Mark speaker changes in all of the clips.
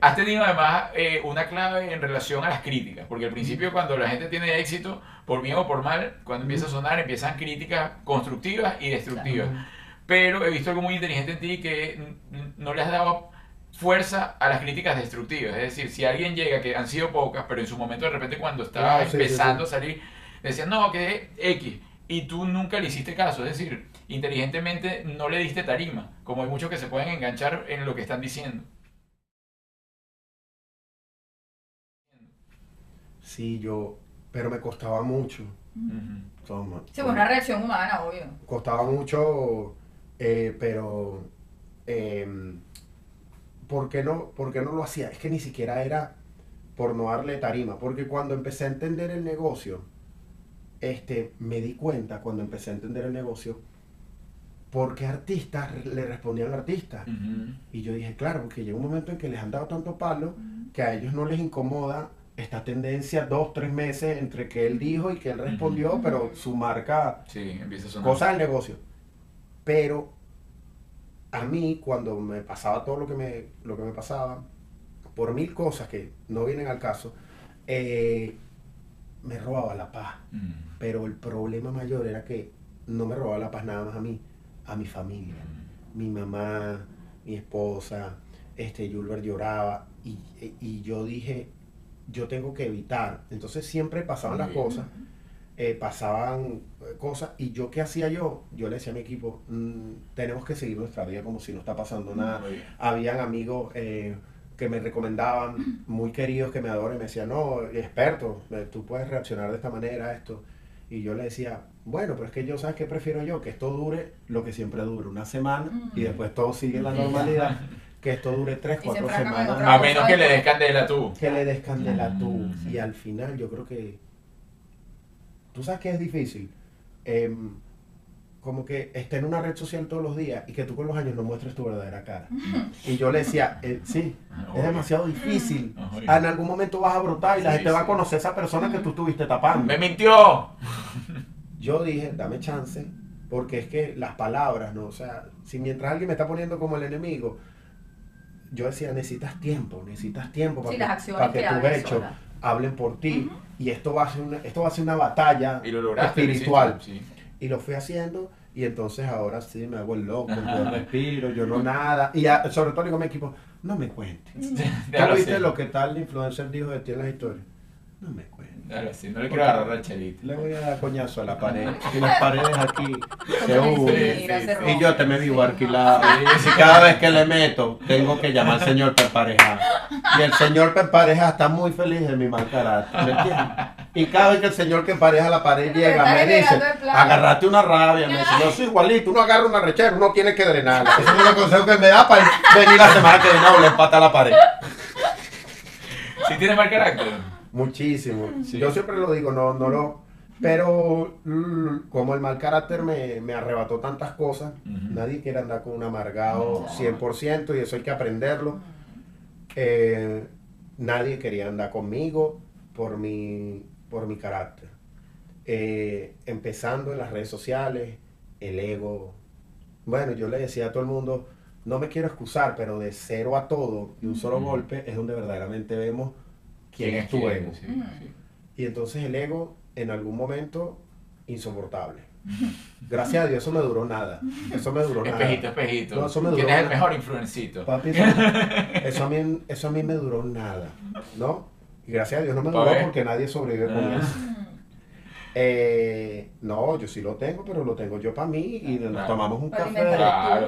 Speaker 1: Has tenido además eh, una clave en relación a las críticas, porque al principio cuando la gente tiene éxito, por bien o por mal, cuando empieza a sonar, empiezan críticas constructivas y destructivas. Pero he visto algo muy inteligente en ti que n- no le has dado fuerza a las críticas destructivas. Es decir, si alguien llega, que han sido pocas, pero en su momento de repente cuando estaba
Speaker 2: Claro, sí, sí,
Speaker 1: empezando a salir, decían, no, que X. Y tú nunca le hiciste caso, es decir, inteligentemente no le diste tarima, como hay muchos que se pueden enganchar en lo que están diciendo.
Speaker 2: Sí, yo, pero me costaba mucho.
Speaker 1: Ujú.
Speaker 2: Toma.
Speaker 3: Sí, fue una reacción humana, obvio.
Speaker 2: Costaba mucho, eh, pero eh, ¿por, qué no, ¿por qué no lo hacía? Es que ni siquiera era por no darle tarima, porque cuando empecé a entender el negocio, este, me di cuenta cuando empecé a entender el negocio, porque artistas le respondían artistas.
Speaker 1: Ujú.
Speaker 2: Y yo dije, claro, porque llega un momento en que les han dado tanto palo que a ellos no les incomoda esta tendencia dos, tres meses entre que él dijo y que él respondió,
Speaker 3: Ujú.
Speaker 2: pero su marca,
Speaker 1: Sí, empieza a sonar.
Speaker 2: cosas del negocio. Pero a mí, cuando me pasaba todo lo que me, lo que me pasaba, por mil cosas que no vienen al caso, eh, me robaba la paz.
Speaker 1: Mm.
Speaker 2: Pero el problema mayor era que no me robaba la paz nada más a mí, a mi familia mi mamá, mi esposa, este, Julbert lloraba y, y yo dije, yo tengo que evitar. Entonces siempre pasaban las
Speaker 1: Bien.
Speaker 2: cosas, eh, pasaban eh, cosas y yo qué hacía yo, yo le decía a mi equipo, "Mm, tenemos que seguir nuestra vida como si no está pasando nada.
Speaker 1: Muy bien.
Speaker 2: Habían amigos eh, que me recomendaban, muy queridos que me adoran, y me decían, no, experto, eh, tú puedes reaccionar de esta manera a esto. Y yo le decía, bueno, pero es que yo, ¿sabes qué prefiero yo? Que esto dure lo que siempre dura, una semana,
Speaker 3: Mm.
Speaker 2: y después todo sigue la normalidad. Que esto dure tres,
Speaker 3: Y se
Speaker 2: cuatro
Speaker 3: enfrancan en
Speaker 2: semanas.
Speaker 3: otra
Speaker 1: A menos que le des candela tú.
Speaker 2: Que le descandela tú.
Speaker 1: Mm.
Speaker 2: Y al final yo creo que... Tú sabes que es difícil. Em, como que esté en una red social todos los días y que tú con los años no muestres tu verdadera cara. Y yo le decía, eh, sí,
Speaker 1: Ah,
Speaker 2: es demasiado difícil. Ah,
Speaker 1: Oye.
Speaker 2: En algún momento vas a brotar y la
Speaker 1: Mm. Sí,
Speaker 2: gente va
Speaker 1: sí.
Speaker 2: a conocer a esa persona que tú estuviste tapando.
Speaker 1: ¡Me mintió!
Speaker 2: Yo dije, dame chance, porque es que las palabras, ¿no? O sea, si mientras alguien me está poniendo como el enemigo, yo decía, necesitas tiempo, necesitas tiempo para
Speaker 3: Sí,
Speaker 2: que,
Speaker 3: las acciones
Speaker 2: para
Speaker 3: que
Speaker 2: que tus
Speaker 3: hablan
Speaker 2: hechos
Speaker 3: solas.
Speaker 2: hablen por ti. Y esto va, a ser una, esto va a ser una batalla
Speaker 1: Y lo lograste. lo
Speaker 2: espiritual.
Speaker 1: hiciste, sí.
Speaker 2: Y lo fui haciendo, y entonces ahora sí me hago el loco, yo respiro, yo no nada. Y a- sobre todo le digo a mi equipo, no me cuentes. ¿Tú
Speaker 1: Déjalo
Speaker 2: viste
Speaker 1: así.
Speaker 2: lo que tal influencer dijo de ti en las historias? No me cuentes.
Speaker 1: Déjalo así. No le quiero agarrar al chelito.
Speaker 2: Le voy a dar coñazo a la pared. Y las paredes aquí se
Speaker 3: Como
Speaker 1: une.
Speaker 3: que
Speaker 2: hunden.
Speaker 3: se mira,
Speaker 1: Sí,
Speaker 3: se
Speaker 1: sí.
Speaker 3: rompe.
Speaker 2: Y yo te me
Speaker 3: Sí,
Speaker 2: vivo
Speaker 3: no.
Speaker 2: alquilado. Y cada vez que le meto, tengo que llamar al señor Perpareja. Y el señor Perpareja está muy feliz de mi mal carácter. ¿me entiendes? Y cada vez que el señor que pareja la pared
Speaker 3: Pero
Speaker 2: llega,
Speaker 3: me estás
Speaker 2: me dice,
Speaker 3: generando el plan.
Speaker 2: agarrate una rabia. Me dice, yo soy igualito, uno agarra una rechera, uno tiene que drenar. Ese es el consejo que me da para venir la semana que viene a volver pata a la pared.
Speaker 1: Sí tiene mal carácter.
Speaker 2: Muchísimo.
Speaker 1: Sí.
Speaker 2: Yo siempre lo digo, no, no lo. Pero l- como el mal carácter me, me arrebató tantas cosas,
Speaker 1: Ujú.
Speaker 2: nadie quiere andar con un amargado
Speaker 1: No.
Speaker 2: 100% y eso hay que aprenderlo. Eh, nadie quería andar conmigo por mi, por mi carácter. Eh, empezando en las redes sociales, el ego. Bueno, yo le decía a todo el mundo, no me quiero excusar, pero de cero a todo y un solo
Speaker 1: Ujú.
Speaker 2: golpe es donde verdaderamente vemos quién es tu ego.
Speaker 1: Sí, sí.
Speaker 2: Y entonces el ego en algún momento insoportable. Gracias a Dios eso me duró nada. Eso me duró nada.
Speaker 1: Espejito, espejito.
Speaker 2: No, eso me duró
Speaker 1: ¿Quién es el
Speaker 2: nada.
Speaker 1: mejor influencito?
Speaker 2: Papi, eso, eso a mí, eso a mí me duró nada, ¿no? Y gracias a Dios no me
Speaker 1: Pa'
Speaker 2: duró
Speaker 1: ver.
Speaker 2: porque nadie sobrevive con
Speaker 1: Ah.
Speaker 2: eso. Eh, no, yo sí lo tengo, pero lo tengo yo para mí y nos
Speaker 1: Claro.
Speaker 2: tomamos un
Speaker 3: Para
Speaker 2: café.
Speaker 3: alimentar.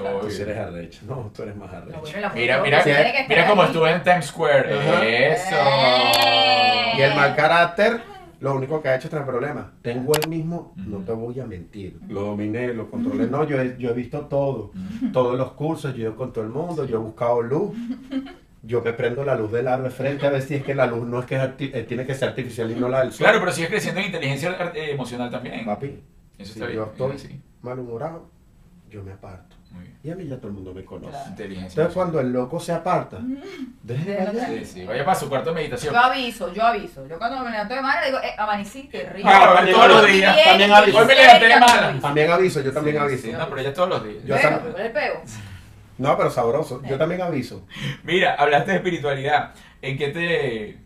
Speaker 1: Claro,
Speaker 3: Tú
Speaker 2: Tú sí eres
Speaker 1: obvio.
Speaker 2: arrecho. No, tú eres más
Speaker 3: No,
Speaker 2: arrecho.
Speaker 3: bueno, la
Speaker 1: Mira,
Speaker 3: foto,
Speaker 1: mira,
Speaker 3: tiene que estar
Speaker 1: mira cómo
Speaker 3: ahí.
Speaker 1: estuve en Times Square.
Speaker 2: Ajá.
Speaker 1: Eso.
Speaker 2: Y el mal carácter, lo único que ha hecho es traer problemas. Tengo el mismo, no te voy a mentir. Lo dominé, lo controlé. No, yo he, yo he visto todo. Todos los cursos, yo he ido con todo el mundo, yo he buscado luz. Yo me prendo la luz del árbol frente a ver si es que la luz no es que es arti- eh, tiene que ser artificial y no la del sol.
Speaker 1: Claro, pero sigues creciendo en inteligencia eh, emocional también.
Speaker 2: Papi,
Speaker 1: Eso
Speaker 2: si
Speaker 1: está bien.
Speaker 2: yo estoy
Speaker 1: Sí,
Speaker 2: malhumorado, yo me aparto.
Speaker 1: muy bien.
Speaker 2: Y a mí ya todo el mundo me conoce.
Speaker 3: Claro. Mm.
Speaker 1: Inteligencia.
Speaker 2: Entonces cuando el loco se aparta,
Speaker 3: De
Speaker 2: déjeme
Speaker 3: lo
Speaker 2: allá.
Speaker 1: Sí,
Speaker 3: que-
Speaker 1: sí. Vaya para su cuarto de meditación.
Speaker 3: Yo aviso, yo aviso. Yo cuando me levanto de mano digo, eh, amanecí terrible.
Speaker 1: Ah,
Speaker 2: Claro,
Speaker 1: todos los días.
Speaker 3: Bien,
Speaker 2: También aviso.
Speaker 1: Hoy me levanté de
Speaker 3: bien,
Speaker 1: mala.
Speaker 3: aviso.
Speaker 2: También aviso, yo también
Speaker 1: Sí,
Speaker 2: aviso.
Speaker 1: sí, no, pero ya todos los días.
Speaker 2: Yo
Speaker 3: Bueno,
Speaker 2: también.
Speaker 3: pero el peo.
Speaker 2: No, pero sabroso. Yo también aviso.
Speaker 1: Mira, hablaste de espiritualidad. ¿En qué te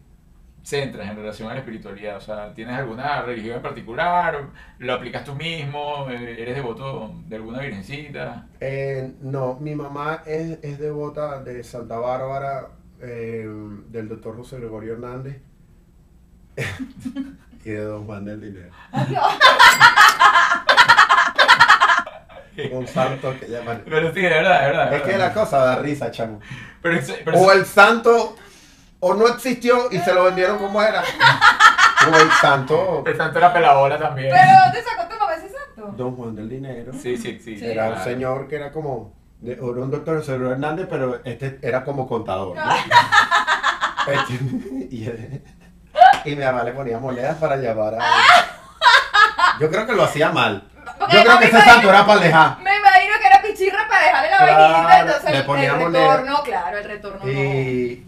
Speaker 1: centras en relación a la espiritualidad? O sea, ¿tienes alguna religión en particular? ¿Lo aplicas tú mismo? Eh, ¿Eres devoto de alguna virgencita?
Speaker 2: Eh, no, mi mamá es, es devota de Santa Bárbara, eh, del doctor José Gregorio Hernández y de Don Juan del Dinero. Un santo que llaman.
Speaker 1: Pero sí, de verdad, de verdad. de
Speaker 2: Es que
Speaker 1: verdad.
Speaker 2: la cosa da risa, chamo.
Speaker 1: Pero, eso- pero
Speaker 2: O
Speaker 1: eso-
Speaker 2: el santo, o no existió y se lo vendieron como era. O el santo,
Speaker 1: el santo era pelabola también.
Speaker 3: Pero ¿dónde sacó tu mamá ese santo?
Speaker 2: Don Juan del Dinero.
Speaker 1: Sí, sí, sí.
Speaker 2: Era un
Speaker 1: claro.
Speaker 2: señor que era como, de- era un doctor José Gregorio Hernández, pero este era como contador. ¿no? Este- y, él- y mi mamá le ponía monedas para llevar a... Yo creo que lo hacía mal.
Speaker 3: Porque
Speaker 2: Yo creo
Speaker 3: además
Speaker 2: que
Speaker 3: me
Speaker 2: ese
Speaker 3: imagino-
Speaker 2: santo era para dejar.
Speaker 3: Me imagino que era pichirra para dejarle la
Speaker 2: Claro,
Speaker 3: vainita, entonces
Speaker 2: le
Speaker 3: el-
Speaker 2: ponía
Speaker 3: el
Speaker 2: moneda.
Speaker 3: retorno, claro, el retorno no.
Speaker 2: Y,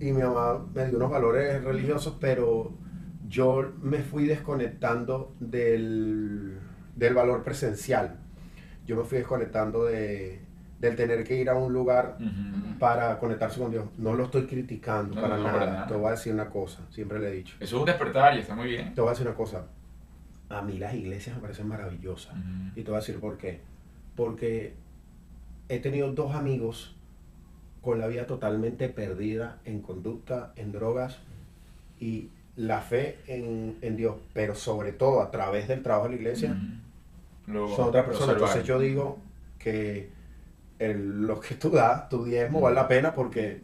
Speaker 2: y mi mamá me dio unos valores religiosos, pero yo me fui desconectando del, del valor presencial. Yo me fui desconectando de, del tener que ir a un lugar
Speaker 1: Ujú.
Speaker 2: para conectarse con Dios. No lo estoy criticando
Speaker 1: No,
Speaker 2: para,
Speaker 1: no,
Speaker 2: nada.
Speaker 1: para nada.
Speaker 2: Te voy a decir una cosa, siempre le he dicho.
Speaker 1: Eso es un despertar y está muy bien.
Speaker 2: Te voy a decir una cosa. A mí las iglesias me parecen maravillosas.
Speaker 1: Ujú.
Speaker 2: Y te voy a decir por qué. Porque he tenido dos amigos con la vida totalmente perdida en conducta, en drogas y la fe en, en Dios, pero sobre todo a través del trabajo de la iglesia,
Speaker 1: Mm. Ujú. Lo-
Speaker 2: son otra
Speaker 1: lo
Speaker 2: persona.
Speaker 1: salvaron.
Speaker 2: Entonces yo digo que el- lo que tú das, tu diezmo, vale la pena porque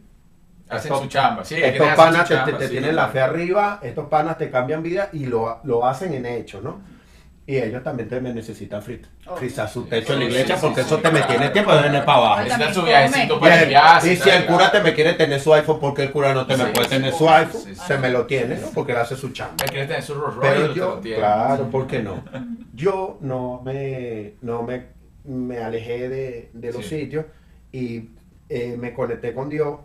Speaker 1: Hacen
Speaker 2: Estos-
Speaker 1: su chamba, sí. hay que
Speaker 2: estos
Speaker 1: hacer su
Speaker 2: panas te,
Speaker 1: chamba,
Speaker 2: te- te
Speaker 1: sí,
Speaker 2: tienen la
Speaker 1: claro.
Speaker 2: fe arriba, estos panas te cambian vida y lo, lo hacen en hechos, ¿no? Y ellos también te me necesitan frit-
Speaker 3: Oh.
Speaker 2: frizar su techo en la
Speaker 1: Sí,
Speaker 2: iglesia
Speaker 1: sí,
Speaker 2: porque
Speaker 1: sí,
Speaker 2: eso
Speaker 1: sí,
Speaker 2: te me
Speaker 1: claro.
Speaker 2: tiene tiempo de venir para abajo.
Speaker 3: Falta
Speaker 1: Necesitan su
Speaker 3: mi
Speaker 1: viajecito
Speaker 3: come.
Speaker 1: para
Speaker 2: Y, el-
Speaker 1: enviarse,
Speaker 2: y si el
Speaker 1: tal,
Speaker 2: cura
Speaker 1: claro.
Speaker 2: te me quiere tener su iPhone porque el cura no te me
Speaker 1: Sí,
Speaker 2: puede
Speaker 1: sí,
Speaker 2: tener
Speaker 1: sí,
Speaker 2: su iPhone,
Speaker 1: sí, sí.
Speaker 2: se me lo tiene, ¿no? Porque él hace su chamba.
Speaker 1: Él quiere tener su Rolls Royce y
Speaker 2: Pero
Speaker 1: no te lo
Speaker 2: yo,
Speaker 1: tiene.
Speaker 2: claro, ¿por qué no? Yo no me, no me, me alejé de, de los
Speaker 1: Sí.
Speaker 2: sitios y eh, me conecté con Dios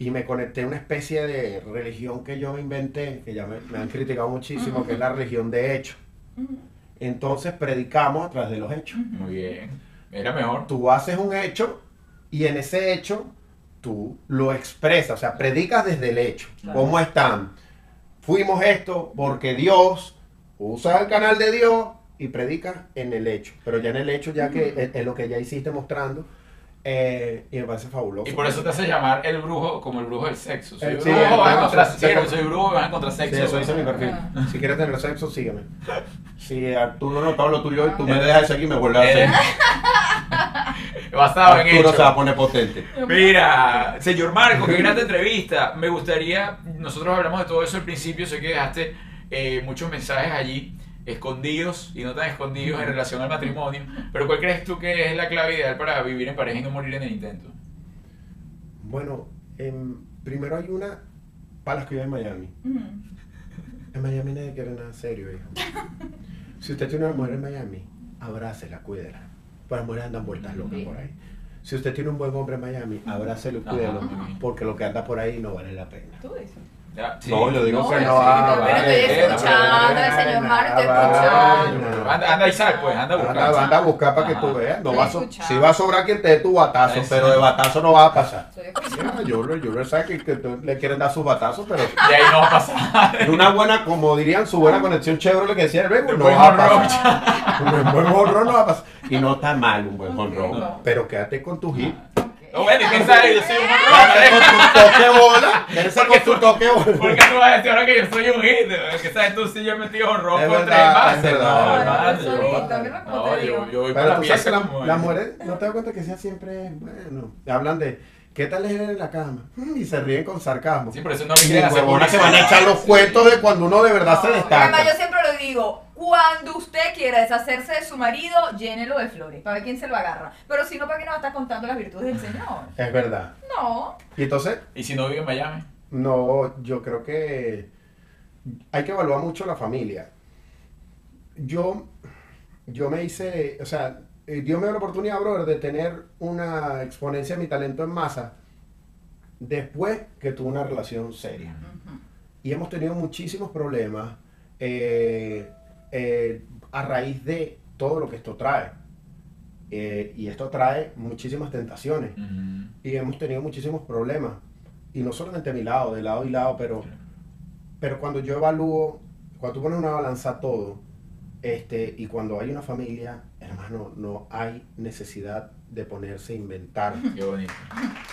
Speaker 2: y me conecté a una especie de religión que yo me inventé, que ya me, me han criticado muchísimo, que es la religión de hechos. Entonces predicamos a través de los hechos.
Speaker 1: Muy bien. Era mejor.
Speaker 2: Tú haces un hecho y en ese hecho tú lo expresas, o sea, predicas desde el hecho.
Speaker 3: Claro.
Speaker 2: ¿Cómo están? Fuimos esto porque Dios usa el canal de Dios y predicas en el hecho. Pero ya en el hecho, ya que es, es lo que ya hiciste mostrando, eh, y me parece fabuloso.
Speaker 1: Y por eso te hace llamar el brujo como el brujo del sexo. Soy
Speaker 2: Eh, sí,
Speaker 1: brujo,
Speaker 2: el
Speaker 1: vas a
Speaker 2: brujo
Speaker 1: encontrar
Speaker 2: del
Speaker 1: sexo.
Speaker 2: sexo.
Speaker 1: Soy brujo, vas a encontrar
Speaker 2: Sí,
Speaker 1: sexo.
Speaker 2: eso dice mi perfil.
Speaker 3: Ah.
Speaker 2: Si quieres tener sexo, sígueme. Si Arturo no todo lo tuyo y tú me dejas eso aquí, me vuelves a
Speaker 1: Eh,
Speaker 2: hacer.
Speaker 1: Basado en
Speaker 2: Arturo se va a
Speaker 1: hechos.
Speaker 2: poner potente.
Speaker 1: Mira, señor Marco, qué gran entrevista. Me gustaría, nosotros hablamos de todo eso al principio, sé que dejaste eh, muchos mensajes allí escondidos y no tan escondidos en relación al matrimonio, pero ¿cuál crees tú que es la clave ideal para vivir en pareja y no morir en el intento?
Speaker 2: Bueno, em, primero hay una para las que vive en Miami.
Speaker 3: Mm.
Speaker 2: En Miami nadie quiere nada serio, hijo. Si usted tiene una mujer en Miami, abrácela, cuídela. Pues las mujeres andan vueltas locas
Speaker 3: Sí.
Speaker 2: por ahí. Si usted tiene un buen hombre en Miami, abrácelo y
Speaker 1: Ajá.
Speaker 2: cuídelo, porque lo que anda por ahí no vale la pena.
Speaker 3: Tú dices.
Speaker 1: Ya, sí.
Speaker 4: No, yo digo
Speaker 3: No,
Speaker 4: que
Speaker 3: sí,
Speaker 4: no.
Speaker 3: pero
Speaker 4: ah, vale,
Speaker 3: estoy
Speaker 4: bueno,
Speaker 3: escuchando al señor Maro, estoy
Speaker 2: Ah,
Speaker 1: Ah,
Speaker 3: escuchando.
Speaker 2: no.
Speaker 1: anda, anda y sal, pues, anda a buscar.
Speaker 2: Anda, anda a buscar para que
Speaker 1: Ajá.
Speaker 2: tú veas. No
Speaker 3: Estoy
Speaker 2: va a so-
Speaker 3: escuchando.
Speaker 2: sí va a sobrar quien te dé tu batazo,
Speaker 1: Ay, sí.
Speaker 2: pero de batazo no va a pasar.
Speaker 3: Estoy
Speaker 2: Sí,
Speaker 3: escuchando.
Speaker 2: Yo, lo- yo lo sé que, que tú- le quieren dar sus batazos, pero
Speaker 1: Y ahí no va a pasar.
Speaker 2: de una buena, como dirían, su buena conexión Chevrolet que decía el béisbol,
Speaker 1: Un
Speaker 2: no
Speaker 1: buen
Speaker 2: va a
Speaker 1: honrón.
Speaker 2: pasar. Un buen honrón no va a pasar. Y no está mal un buen
Speaker 3: No.
Speaker 2: honrón, pero quédate con tu hit.
Speaker 1: No, bueno, ¿y quién sabe? Yo soy un
Speaker 2: Quédate
Speaker 1: honrón.
Speaker 2: con tu toque bola. Quédate
Speaker 1: Ah. Porque
Speaker 2: con tu
Speaker 1: tú-
Speaker 2: toque bola.
Speaker 1: ¿Por qué tú vas a decir ahora que yo soy un hit? Que sabes tú si yo he metido honrón
Speaker 2: Es
Speaker 1: contra
Speaker 2: verdad,
Speaker 1: el
Speaker 2: es
Speaker 1: base. No,
Speaker 2: verdad. No,
Speaker 1: hermano,
Speaker 2: no,
Speaker 1: yo-
Speaker 2: solito, mira
Speaker 3: cómo
Speaker 1: no,
Speaker 3: te
Speaker 1: yo-
Speaker 3: digo.
Speaker 1: yo voy para
Speaker 2: Pero
Speaker 1: la
Speaker 2: tú sabes que
Speaker 1: pieza
Speaker 2: la-
Speaker 1: como-
Speaker 2: las mujeres, ¿no te das cuenta que sea siempre, bueno, hablan de, ¿qué tal es en la cama? Mm, Y se ríen con sarcasmo.
Speaker 1: Sí, por eso no me
Speaker 2: Y
Speaker 1: quieren hacer
Speaker 2: huevona
Speaker 1: publicidad.
Speaker 2: se van a echar los cuentos de cuando uno de verdad se
Speaker 3: Además, yo
Speaker 2: destaca.
Speaker 3: siempre lo digo, cuando usted quiera deshacerse de su marido, llénelo de flores, para ver quién se lo agarra. Pero si no, ¿para qué nos está contando las virtudes del Señor?
Speaker 2: Es verdad.
Speaker 3: No.
Speaker 2: Y entonces,
Speaker 1: Y si no vive en Miami.
Speaker 2: no, yo creo que hay que evaluar mucho la familia. Yo, yo me hice, o sea, eh, Dios me dio la oportunidad, brother, de tener una exponencia de mi talento en masa después que tuve una relación seria. y hemos tenido muchísimos problemas eh, eh, a raíz de todo lo que esto trae. Eh, y esto trae muchísimas tentaciones
Speaker 1: Ujú.
Speaker 2: y hemos tenido muchísimos problemas. Y no solamente a mi lado, de lado y lado, pero, pero cuando yo evalúo, cuando tú pones una balanza todo, este, y cuando hay una familia, hermano, no hay necesidad de ponerse a inventar.
Speaker 1: Qué bonito.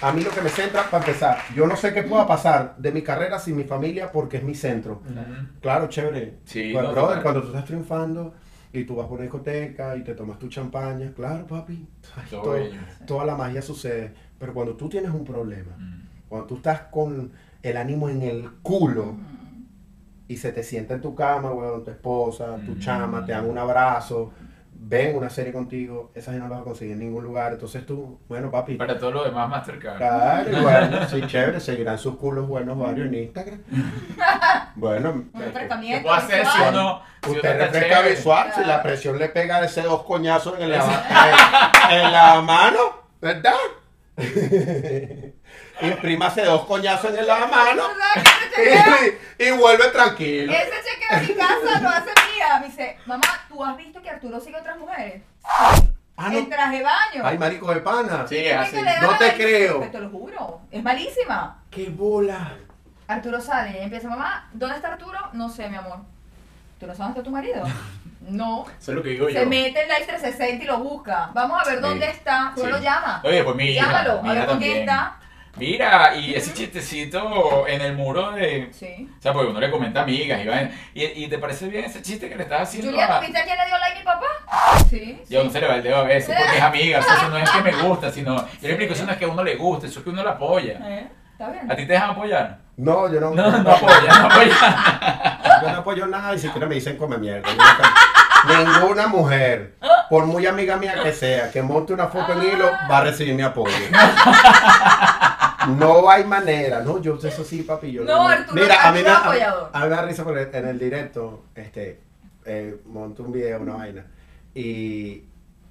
Speaker 2: A mí lo que me centra, para empezar, yo no sé qué pueda pasar de mi carrera sin mi familia porque es mi centro.
Speaker 1: Ujú.
Speaker 2: Claro, chévere.
Speaker 1: Sí,
Speaker 2: Pues,
Speaker 1: no,
Speaker 2: brother,
Speaker 1: total.
Speaker 2: cuando tú estás triunfando y tú vas por una discoteca y te tomas tu champaña, claro, papi. Ay,
Speaker 1: Todo
Speaker 2: todo-
Speaker 1: bello.
Speaker 2: toda la magia sucede. Pero cuando tú tienes un problema,
Speaker 1: Ujú.
Speaker 2: cuando tú estás con el ánimo en el culo y se te sienta en tu cama, weón, tu esposa, tu
Speaker 1: Mm.
Speaker 2: chama, te dan un abrazo, ven una serie contigo, esa no la vas a conseguir en ningún lugar. Entonces tú, bueno, papi.
Speaker 1: Para todo lo demás, Mastercard.
Speaker 2: Claro, y bueno, sí, chévere, seguirán sus culos buenos varios en Instagram. Bueno,
Speaker 3: Un
Speaker 2: eh,
Speaker 1: ¿Qué
Speaker 3: tratamiento
Speaker 1: puedo hacer si
Speaker 3: visual.
Speaker 1: uno, si uno
Speaker 2: Usted
Speaker 1: está
Speaker 2: refresca
Speaker 1: chévere?
Speaker 2: visual, si la presión le pega ese dos coñazos en la, en- en la mano, ¿verdad? Imprímase dos coñazos en la mano
Speaker 3: ¿Verdad que ese chequeo-
Speaker 2: y, y vuelve tranquilo.
Speaker 3: Ese chequeo en mi casa lo hace mía. Me dice, mamá, ¿tú has visto que Arturo sigue a otras mujeres?
Speaker 2: Ah,
Speaker 3: En
Speaker 2: no.
Speaker 3: traje de baño.
Speaker 2: Ay, marico de pana.
Speaker 1: Sí, es
Speaker 3: Dime
Speaker 1: así.
Speaker 3: que le da
Speaker 2: No
Speaker 3: la
Speaker 2: te
Speaker 3: varicela,
Speaker 2: creo.
Speaker 3: Te, lo juro. Es malísima.
Speaker 2: ¡Qué bola!
Speaker 3: Arturo sale y ella empieza, mamá, ¿dónde está Arturo? No sé, mi amor. ¿Tú no sabes dónde está tu marido? No.
Speaker 1: Eso es lo que digo yo.
Speaker 3: Se mete en Live 360 y lo busca. Vamos a ver dónde está. Tú
Speaker 1: Sí.
Speaker 3: lo llamas.
Speaker 1: Oye, pues mi hija.
Speaker 3: Llámalo,
Speaker 1: mi
Speaker 3: a
Speaker 1: hija
Speaker 3: ver con quién
Speaker 1: también.
Speaker 3: está.
Speaker 1: Mira, y ese chistecito en el muro de...
Speaker 3: Sí.
Speaker 1: O sea, porque uno le comenta amigas y, va- y, y te parece bien ese chiste que le estás haciendo
Speaker 3: Julia,
Speaker 1: a...
Speaker 3: ¿tú ¿viste a quién le dio like mi papá? Sí.
Speaker 1: Yo no se le va el dedo a veces porque es amiga, o sea, eso no es que me gusta, sino... Yo le explico, eso no es que a uno le guste, eso es que uno la apoya.
Speaker 3: ¿Eh? Está bien.
Speaker 1: ¿A ti te dejan apoyar?
Speaker 2: No, yo no.
Speaker 1: No, no apoya, no apoya.
Speaker 2: Yo no apoyo nada, ni siquiera me dicen come mierda. Nunca- Ninguna mujer, por muy amiga mía que sea, que monte una foto en hilo, va a recibir mi apoyo. No hay manera, no, yo eso sí, papi, yo
Speaker 3: No, Arturo,
Speaker 2: Mira, a mí, me,
Speaker 3: Arturo
Speaker 2: a, mí-
Speaker 3: apoyador.
Speaker 2: a mí me da risa porque en el directo, este, eh, monto un video, una vaina, y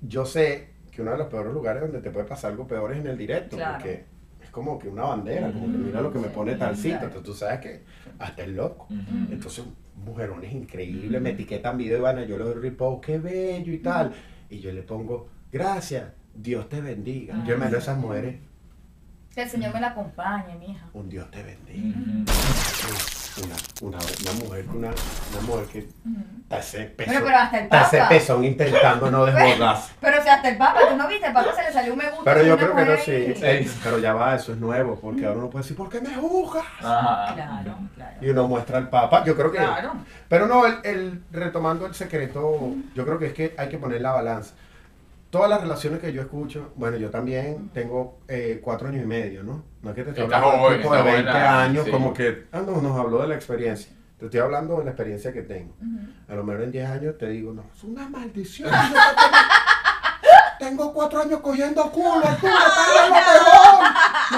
Speaker 2: yo sé que uno de los peores lugares donde te puede pasar algo peor es en el directo,
Speaker 3: Claro.
Speaker 2: porque es como que una bandera, como que mira lo que me pone tal cita, entonces tú sabes que hasta es loco.
Speaker 1: Ujú.
Speaker 2: Entonces, mujerones increíbles, me etiquetan video y van, yo le doy repost, qué bello y tal. Y yo le pongo, gracias, Dios te bendiga.
Speaker 3: Ah.
Speaker 2: Yo me veo a esas mujeres,
Speaker 3: Que el Señor me la acompañe, mija.
Speaker 2: un Dios te bendiga.
Speaker 1: Ujú.
Speaker 3: Mm.
Speaker 2: Una, una, una mujer, una, una mujer que está ese pezón,
Speaker 3: Bueno, pero hasta el
Speaker 2: está ese
Speaker 3: Papa.
Speaker 2: pezón intentando no desbordarse.
Speaker 3: Pero si hasta el Papa, tú no viste, el Papa se le salió un me gusta.
Speaker 2: Pero
Speaker 3: de
Speaker 2: yo
Speaker 3: una
Speaker 2: creo que no,
Speaker 3: mujer
Speaker 2: sí. eh.
Speaker 3: ahí.
Speaker 2: Ey, Pero ya va, eso es nuevo, porque ahora uno puede decir, ¿por qué me juzgas?
Speaker 1: Ajá.
Speaker 3: Claro, claro.
Speaker 2: Y uno muestra al Papa, yo creo que...
Speaker 3: Claro.
Speaker 2: Pero no, el, el- retomando el secreto, yo creo que es que hay que poner la balanza. Todas las relaciones que yo escucho, bueno, yo también tengo eh, cuatro años y medio, ¿no? No es que te estoy
Speaker 1: Está
Speaker 2: hablando de
Speaker 1: joven,
Speaker 2: un tipo de
Speaker 1: está
Speaker 2: 20
Speaker 1: buena,
Speaker 2: años,
Speaker 1: sí.
Speaker 2: como que, ah, no, nos habló de la experiencia. Te estoy hablando de la experiencia que tengo.
Speaker 3: Ujú.
Speaker 2: A lo mejor en 10 años te digo, no, es una maldición. yo tengo- Tengo cuatro años cogiendo culo, tú me mejor.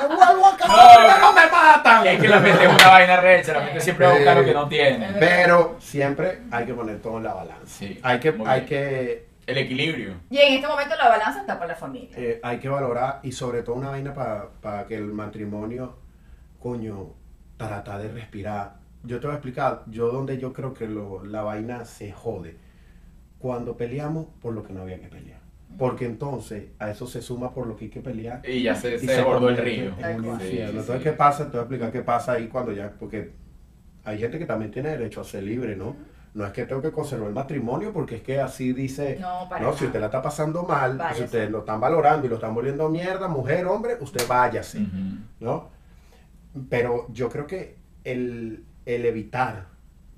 Speaker 2: Me vuelvo a casar,
Speaker 1: No.
Speaker 2: pero me matan.
Speaker 1: Y es que la gente es una vaina recha, la gente siempre va a buscar lo que no tiene.
Speaker 2: Pero siempre hay que poner todo en la balanza.
Speaker 1: Sí,
Speaker 2: Hay que,
Speaker 1: muy
Speaker 2: hay
Speaker 1: bien.
Speaker 2: que,
Speaker 1: El equilibrio.
Speaker 3: Y en este momento la balanza está para la familia.
Speaker 2: eh, hay que valorar y sobre todo una vaina para que el matrimonio, coño, trata de respirar. Yo te voy a explicar, yo donde yo creo que lo- la vaina se jode. Cuando peleamos por lo que no había que pelear. Porque entonces a eso se suma por lo que hay que pelear.
Speaker 1: Y ya se,
Speaker 2: y
Speaker 1: se desbordó el
Speaker 2: convierte
Speaker 1: río.
Speaker 2: en
Speaker 3: Tal
Speaker 2: un
Speaker 3: cual.
Speaker 1: Sí,
Speaker 2: infierno.
Speaker 1: sí,
Speaker 2: Entonces,
Speaker 1: sí.
Speaker 2: ¿qué pasa? Te voy a explicar qué pasa ahí cuando ya, porque hay gente que también tiene derecho a ser libre, ¿no? No es que tengo que conservar el matrimonio porque es que así dice,
Speaker 3: No, para
Speaker 2: no, si
Speaker 3: nada.
Speaker 2: usted la está pasando mal, si
Speaker 3: Váyase.
Speaker 2: usted lo están valorando y lo están volviendo mierda, mujer, hombre, usted váyase.
Speaker 1: Ujú.
Speaker 2: ¿no? Pero yo creo que el, el evitar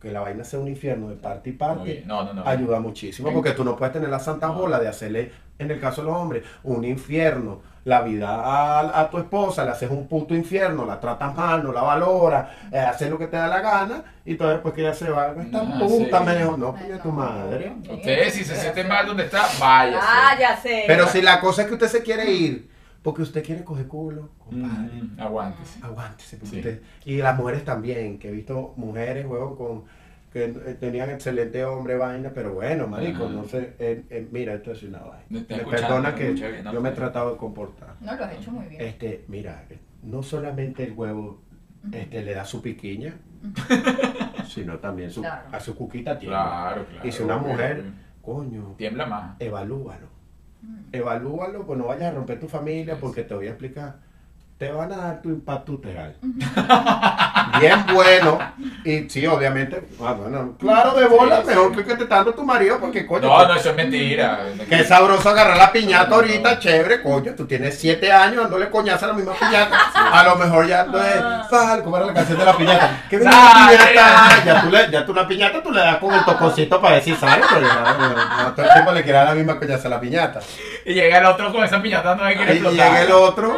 Speaker 2: que la vaina sea un infierno de parte y
Speaker 1: Muy
Speaker 2: parte
Speaker 1: bien. No, no, no.
Speaker 2: ayuda muchísimo, porque tú no puedes tener la santa bola de hacerle, en el caso de los hombres, un infierno. La vida a, a tu esposa, le haces un puto infierno, la tratas mal, no la valoras, eh, haces lo que te da la gana, y todo después que ella se va, pues, esta
Speaker 1: Ah,
Speaker 2: puta
Speaker 1: sí. Eh,
Speaker 2: me dejó, no,
Speaker 3: Ay,
Speaker 2: coño,
Speaker 3: no,
Speaker 2: tu
Speaker 3: no,
Speaker 2: madre.
Speaker 3: no, no.
Speaker 1: Ustedes, si se sienten mal donde está,
Speaker 3: Ah,
Speaker 1: váyase.
Speaker 3: ya sé.
Speaker 2: Pero si la cosa es que usted se quiere ir, porque usted quiere coger culo, compadre.
Speaker 1: Mm, aguántese.
Speaker 2: Aguántese, porque
Speaker 1: Sí.
Speaker 2: usted- Y las mujeres también, que he visto mujeres, huevón, con, que eh, tenían excelente hombre, vaina, pero bueno, marico,
Speaker 1: Ajá.
Speaker 2: no sé, eh, eh, mira, esto es una vaina.
Speaker 1: Me
Speaker 2: Me
Speaker 1: está escuchando,
Speaker 2: perdona
Speaker 1: me
Speaker 2: que
Speaker 1: escucha bien, no,
Speaker 2: yo me he
Speaker 1: está
Speaker 2: tratado de comportar.
Speaker 3: No, lo has hecho muy bien.
Speaker 2: Este, mira, eh, no solamente el huevo este, le da su piquiña, sino también su,
Speaker 3: Claro.
Speaker 2: a su cuquita tiene.
Speaker 1: Claro, claro.
Speaker 2: y si una
Speaker 1: obvio,
Speaker 2: mujer,
Speaker 1: obvio.
Speaker 2: coño,
Speaker 1: Tiembla más.
Speaker 2: evalúalo.
Speaker 3: Mm.
Speaker 2: Evalúalo, pues no vayas a romper tu familia
Speaker 1: Sí,
Speaker 2: porque te voy a explicar. Te van a dar tu impacto uteral. Bien bueno. Y sí, obviamente. ah, bueno, claro, de bola,
Speaker 1: Sí,
Speaker 2: mejor
Speaker 1: sí.
Speaker 2: que te tanto tu marido porque coño.
Speaker 1: No, no, eso es mentira.
Speaker 2: Qué sabroso agarrar la piñata
Speaker 1: No, no.
Speaker 2: ahorita, chévere, coño. Tú tienes siete años dándole coñazo a la misma piñata. A lo mejor ya no es Falco para la canción de la piñata. ¿Qué bien la
Speaker 1: Ah. Sal,
Speaker 2: piñata? Ah, Ya tú, le, ya tú la piñata tú le das con el toconcito para decir, ¿sabes? Pero ya, no, no, todo el tiempo le quieras la misma coñaza a la piñata.
Speaker 1: Y llega el otro con esa piñata, no me quiere
Speaker 2: Y
Speaker 1: explotar. Ah,
Speaker 2: llega el otro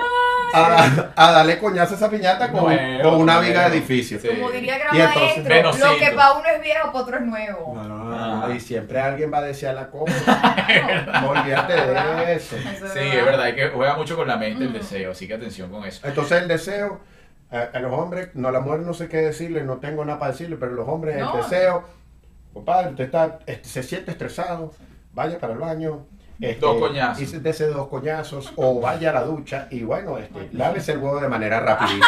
Speaker 2: a, a darle coñazo a esa piñata con,
Speaker 1: Nuevo,
Speaker 2: con una
Speaker 1: nuevo.
Speaker 2: viga de edificio.
Speaker 1: Sí.
Speaker 3: Como diría el
Speaker 2: Este,
Speaker 3: gran
Speaker 2: Y entonces-
Speaker 3: maestro,
Speaker 1: Menosito.
Speaker 3: lo que para uno es viejo, para otro es nuevo.
Speaker 2: No, no, no, no,
Speaker 1: Ah.
Speaker 2: Y siempre alguien va a desear la cosa.
Speaker 3: Claro.
Speaker 2: No olvídate de eso.
Speaker 3: Eso
Speaker 1: Sí, es verdad, hay que juega mucho con la mente el deseo, así que atención con eso.
Speaker 2: Entonces el deseo, eh, a los hombres, no, a las mujeres no sé qué decirle, no tengo nada para decirle, pero los hombres
Speaker 3: No.
Speaker 2: el deseo, compadre, usted está, este, se siente estresado, vaya para el baño. este,
Speaker 1: Dos coñazos.
Speaker 2: Y se dese dos coñazos o vaya a la ducha y bueno, este, lávese el huevo de manera rápida.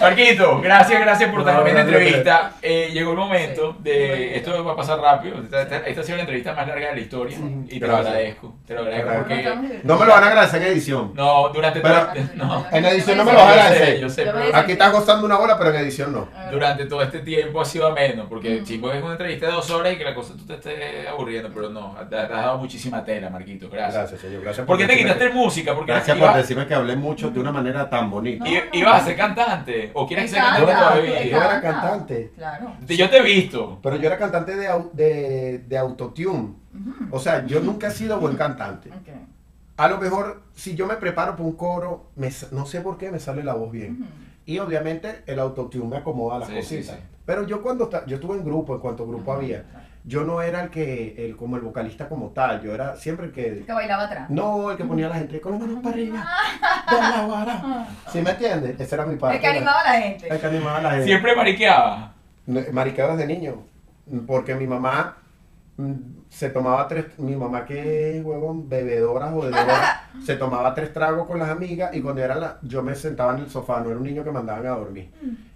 Speaker 1: Marquito, gracias, gracias por tan
Speaker 2: No,
Speaker 1: amena
Speaker 2: no, no, no.
Speaker 1: entrevista. Eh, llegó el momento
Speaker 3: Sí, muy
Speaker 1: de.
Speaker 3: bien.
Speaker 1: Esto va a pasar rápido. Esta, esta- esta ha sido la entrevista más larga de la historia y te lo
Speaker 2: Gracias.
Speaker 1: agradezco. Te lo agradezco
Speaker 2: Gracias.
Speaker 1: porque.
Speaker 2: No me lo van a agradecer en edición.
Speaker 1: No, durante
Speaker 2: Pero-
Speaker 1: todo. este- No.
Speaker 2: En edición no me lo
Speaker 1: Yo
Speaker 2: van a
Speaker 1: sé,
Speaker 2: agradecer.
Speaker 1: Yo sé,
Speaker 3: Yo me
Speaker 1: pero-
Speaker 3: voy a-
Speaker 2: Aquí estás gozando una bola, pero en edición no.
Speaker 1: durante todo este tiempo ha sido ameno, porque chingo es una entrevista de dos horas y que la cosa tú te estés aburriendo, pero no, te has dado muchísima tela, Marquito, gracias.
Speaker 2: Gracias, señor. Gracias
Speaker 1: ¿Por qué te
Speaker 2: decirme
Speaker 1: quitaste
Speaker 2: que-
Speaker 1: música? Porque
Speaker 2: Gracias
Speaker 1: iba-
Speaker 2: por decirme que hablé mucho de una manera tan bonita.
Speaker 1: i-
Speaker 3: No, no,
Speaker 1: ibas a
Speaker 3: no.
Speaker 1: ser cantante, o quieres
Speaker 3: Me
Speaker 1: ser cantante
Speaker 3: encanta,
Speaker 1: todavía.
Speaker 3: me
Speaker 2: Yo era
Speaker 3: encanta.
Speaker 2: cantante.
Speaker 3: Claro.
Speaker 1: Te- Yo te he visto.
Speaker 2: Pero yo era cantante de, au- de, de autotune. O sea, yo nunca he sido buen cantante.
Speaker 3: Ok.
Speaker 2: A lo mejor, si yo me preparo para un coro, me sa- no sé por qué me sale la voz bien. Y obviamente el autotune me acomoda las
Speaker 1: Sí, sí,
Speaker 2: cositas.
Speaker 1: sí.
Speaker 2: Pero yo cuando esta- yo estuve en grupo, en cuanto grupo había, yo no era el que, el, como el vocalista como tal, yo era siempre el que
Speaker 3: El que bailaba atrás.
Speaker 2: No, el que ponía a la gente con las manos para arriba. Con la vara. ¿Sí me entiendes? Esa era mi parte.
Speaker 3: Ah, El que animaba a la gente.
Speaker 2: El que animaba a la gente.
Speaker 1: Siempre mariqueaba.
Speaker 2: No, Mariqueaba de niño. Porque mi mamá mm, se tomaba tres. Mi mamá, que es huevón, bebedora, jodedora, se tomaba tres tragos con las amigas. Y cuando era la. Yo me sentaba en el sofá, no era un niño que mandaban a dormir.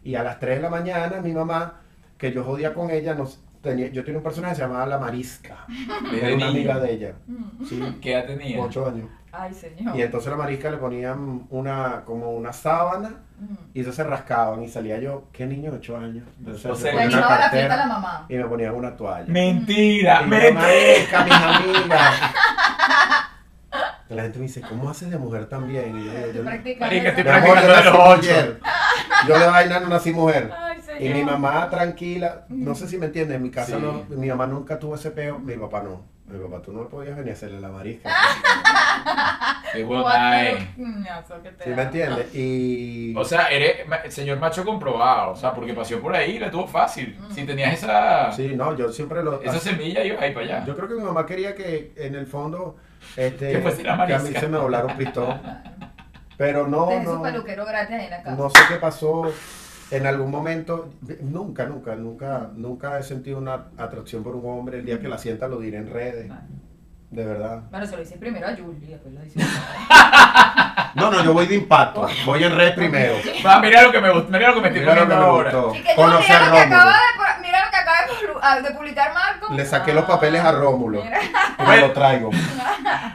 Speaker 2: Y a las 3 de la mañana, mi mamá, que yo jodía con ella, nos, tenía, yo tenía un personaje que se llamaba La Marisca. Era
Speaker 1: Desde
Speaker 2: una amiga
Speaker 1: niño.
Speaker 2: de ella. Sí,
Speaker 1: ¿Qué edad tenía?
Speaker 2: 8 años.
Speaker 3: Ay, señor.
Speaker 2: Y entonces la marisca le ponían una, como una sábana
Speaker 3: Mm.
Speaker 2: y ellos se rascaban y salía yo, qué niño de 8 años. Entonces
Speaker 1: O
Speaker 2: me
Speaker 1: sea,
Speaker 3: Le
Speaker 1: Con
Speaker 2: ponían una
Speaker 3: animaba la
Speaker 2: cartera
Speaker 3: fiesta a la mamá.
Speaker 2: y me ponían una toalla.
Speaker 1: Mentira,
Speaker 2: Y yo,
Speaker 1: mentira.
Speaker 2: "Marica, mis amigas. La gente me dice, ¿cómo haces de mujer también? Y yo, yo, yo,
Speaker 3: Practicando
Speaker 1: Marica,
Speaker 3: esa-
Speaker 1: estoy
Speaker 2: mi amor, yo
Speaker 1: practicando de
Speaker 2: nací
Speaker 1: los ocho.
Speaker 2: mujer. Yo de vaina no nací mujer.
Speaker 3: Ay,
Speaker 2: Y
Speaker 3: señor.
Speaker 2: mi mamá tranquila, no sé si me entiendes, en mi casa
Speaker 1: Sí.
Speaker 2: no, mi mamá nunca tuvo ese peo, mi papá no. Mi papá, tú no podías venir a hacerle la marisca.
Speaker 1: Qué guay.
Speaker 3: Cuatro coñazos que te
Speaker 2: ¿Sí me
Speaker 3: da.
Speaker 2: entiendes? Y...
Speaker 1: O sea, eres ma- señor macho comprobado, o sea, porque pasó por ahí y la tuvo fácil. Si tenías esa,
Speaker 2: Sí, no, yo siempre lo...
Speaker 1: esa semilla, ibas ahí para allá.
Speaker 2: Yo creo que mi mamá quería que en el fondo este,
Speaker 1: Que fuese la
Speaker 2: que a mí
Speaker 1: marisca.
Speaker 2: se me doblara un pistón. Pero no,
Speaker 3: Tenés
Speaker 2: no,
Speaker 3: un peluquero gratis ahí en la casa.
Speaker 2: no sé qué pasó. En algún momento, nunca, nunca, nunca, nunca he sentido una atracción por un hombre. El día que la sienta lo diré en redes. de verdad.
Speaker 3: Bueno, se lo dices primero a Julie y después lo dices a
Speaker 2: No, no, yo voy de impacto. Voy en red primero.
Speaker 1: Va, mira lo que me gustó, mira lo que me estoy
Speaker 2: Mira lo
Speaker 1: poniendo
Speaker 2: que me
Speaker 1: ahora.
Speaker 2: gustó.
Speaker 3: Y que yo,
Speaker 2: Conocer
Speaker 3: mira lo que
Speaker 2: Rómulo.
Speaker 3: acaba de, pu- mira lo que acaba de, publi- ah, de publicar Marco. Ah,
Speaker 2: Le saqué los papeles a Rómulo.
Speaker 3: Mira.
Speaker 2: Y Me lo traigo.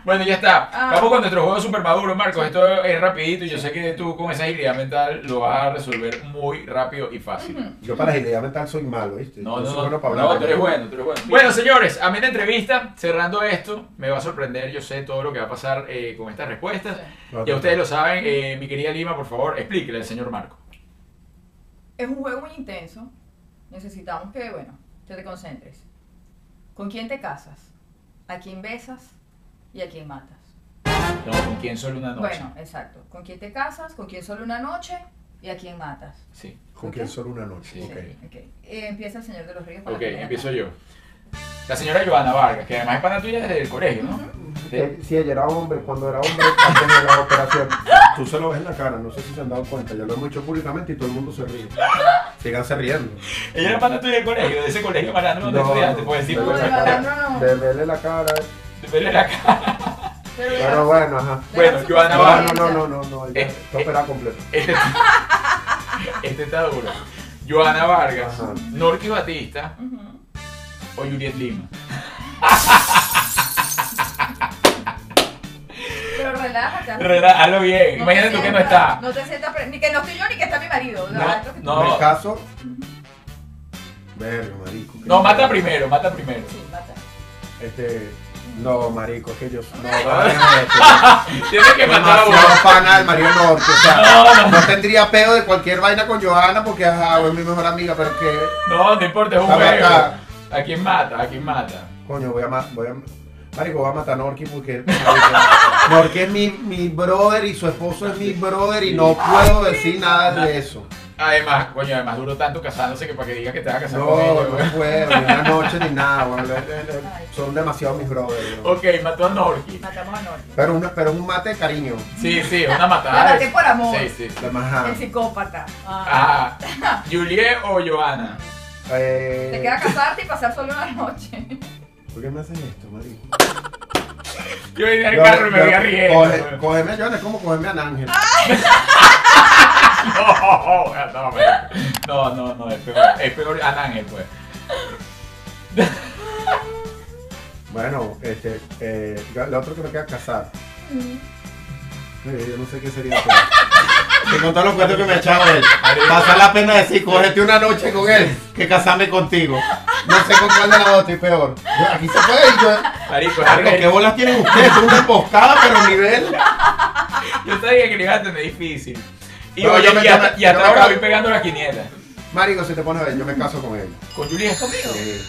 Speaker 1: Bueno, ya está.
Speaker 3: Ah.
Speaker 1: Vamos con nuestro juego super maduro, Marcos. Esto es rapidito y yo sé que tú con esa agilidad mental lo vas a resolver muy rápido y fácil.
Speaker 2: Yo para la agilidad mental soy malo, ¿viste?
Speaker 1: No, no,
Speaker 2: Yo soy
Speaker 1: no,
Speaker 2: bueno para
Speaker 1: no,
Speaker 2: hablar.
Speaker 1: tú eres bueno, tú eres bueno. Bueno, señores, a mí la entrevista, cerrando esto, me va a sorprender, yo sé todo lo que va a pasar eh, con estas respuestas. Ya ustedes lo saben, eh, mi querida Lima, por favor, explíquele al señor Marco.
Speaker 3: Es un juego muy intenso. Necesitamos que, bueno, que te concentres. ¿Con quién te casas? ¿A quién besas? ¿Y a quién matas?
Speaker 1: No, ¿con quién solo una noche?
Speaker 3: Bueno, exacto. ¿Con quién te casas? ¿Con quién solo una noche? ¿Y a quién matas?
Speaker 1: Sí.
Speaker 2: Con quien solo una noche.
Speaker 1: Sí.
Speaker 2: ok.
Speaker 3: Ok. Eh, empieza el Señor de los Ríos. para
Speaker 1: Ok,
Speaker 3: que-
Speaker 1: empiezo yo. La señora Joana Vargas, que además es pana tuya desde el colegio, ¿no? De-
Speaker 2: Eh, Si ella era hombre, cuando era hombre, antes de la operación. Tú se lo ves en la cara, no sé si se han dado cuenta. Yo lo he hecho públicamente y todo el mundo se ríe. Síganse riendo.
Speaker 1: Ella era pana tuya del colegio, de ese colegio malandro donde estudiaste, pues sí,
Speaker 2: de
Speaker 1: pues,
Speaker 2: verle la
Speaker 3: sacar-
Speaker 1: sacaste-
Speaker 2: cara,
Speaker 3: no, no.
Speaker 2: de verle la cara.
Speaker 1: te peleé la cara.
Speaker 3: Pero ya-
Speaker 2: Pero bueno, ajá.
Speaker 1: Bueno,
Speaker 3: ya-
Speaker 1: Joana
Speaker 3: ya-
Speaker 1: Vargas.
Speaker 2: No, no, no, no, no, ya
Speaker 1: Eh,
Speaker 2: está
Speaker 1: eh.
Speaker 2: operada completa.
Speaker 1: Este, este está duro. Joana Vargas,
Speaker 2: Ajá.
Speaker 1: Norky Batista
Speaker 3: Ujú.
Speaker 1: o Juliet Lima.
Speaker 3: Pero relájate.
Speaker 1: Relá- Hazlo bien.
Speaker 3: No
Speaker 1: Imagínate
Speaker 3: te
Speaker 1: tú que no
Speaker 3: sientas-
Speaker 1: está.
Speaker 3: No te sientas, pre- ni que no estoy yo, ni que está mi marido. o sea,
Speaker 1: No,
Speaker 3: haz lo que tú
Speaker 1: no.
Speaker 2: Me caso. Verga, marico. qué
Speaker 1: No, mata
Speaker 2: mierda.
Speaker 1: primero, mata primero.
Speaker 3: quieras. Sí, mata.
Speaker 2: Este. No, marico, es que yo. No,
Speaker 1: Ah.
Speaker 2: no, no.
Speaker 1: Tienes que matar a uno.
Speaker 2: Demasiado pana del Mario Norte. O sea, no tendría pedo de cualquier vaina con Johanna porque ajá, es mi mejor amiga, pero que.
Speaker 1: No, no importa, es un
Speaker 2: Dame
Speaker 1: juego.
Speaker 2: acá.
Speaker 1: ¿A quién mata? ¿A quién mata?
Speaker 2: Coño, voy a matar. Voy a, marico, voy a matar a Norky porque. Norky es mi, mi brother y su esposo es mi brother y no puedo decir nada de eso.
Speaker 1: Además, coño, además duró tanto casándose que para que digas que te vas a casar con
Speaker 2: No,
Speaker 1: ella, pues.
Speaker 2: no
Speaker 1: güey.
Speaker 2: puedo, ni una noche ni nada, weón. Son demasiado mis brothers. weón.
Speaker 1: Ok, mató a Norky.
Speaker 3: Matamos a Norte.
Speaker 2: Pero, una- pero es un mate de cariño.
Speaker 1: Sí, sí, es una matada.
Speaker 3: La maté por amor.
Speaker 1: Sí, sí. sí.
Speaker 2: De más ajá.
Speaker 3: El psicópata. Ah.
Speaker 1: Ajá. ¿Juliet o Joana?
Speaker 2: Eh,
Speaker 3: Te queda casarte y pasar solo una noche.
Speaker 2: ¿Por qué me hacen esto, marico?
Speaker 1: Yo vine al carro y me voy a riendo. pues.
Speaker 2: Coge-
Speaker 1: güey.
Speaker 2: Cógeme a Johanna, es como cogerme a Ángel.
Speaker 1: No, no, pero- no, no, no, es peor, es peor Ana Ángel, pues.
Speaker 2: Bueno, este, eh, la otra que me queda casar. Eh, yo no sé qué sería. pero- Te contar los cuentos que me echaba él. Pasar la pena de decir, cógete una noche con él que casarme contigo. No sé con cuál de las dos estoy peor. Yo- Aquí se puede ir. Yo...
Speaker 1: Marico, es
Speaker 2: Marico, ¿Qué
Speaker 1: arrecho.
Speaker 2: bolas tienen ustedes? Es una emboscada, pero nivel.
Speaker 1: yo sabía que le iba a tener difícil. Y,
Speaker 2: No,
Speaker 1: oye,
Speaker 2: yo me-
Speaker 1: y
Speaker 2: yo
Speaker 1: hasta,
Speaker 2: me-
Speaker 1: y hasta
Speaker 2: yo me
Speaker 1: ahora
Speaker 2: acabo-
Speaker 1: voy pegando la quiniela.
Speaker 2: Marico, si te pones a ver, yo me caso con él.
Speaker 1: ¿Con Juliet?
Speaker 3: ¿Conmigo?
Speaker 2: Eh,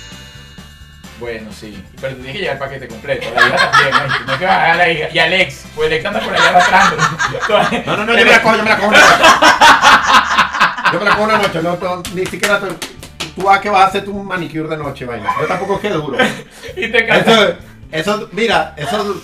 Speaker 1: Bueno, sí. Pero tienes que llevar el paquete completo. La hija también, ¿eh? No es que va a dejar la hija. Y Alex, pues Alex anda por allá arrastrando.
Speaker 2: No, no, no, yo me la cojo, yo me la cojo. una noche. Yo me la cojo una noche, no, no, ni siquiera tú, tú vas que vas a hacer tu manicure de noche, vaina. Yo tampoco es que duro.
Speaker 1: Y te casas.
Speaker 2: Eso, eso, mira, eso,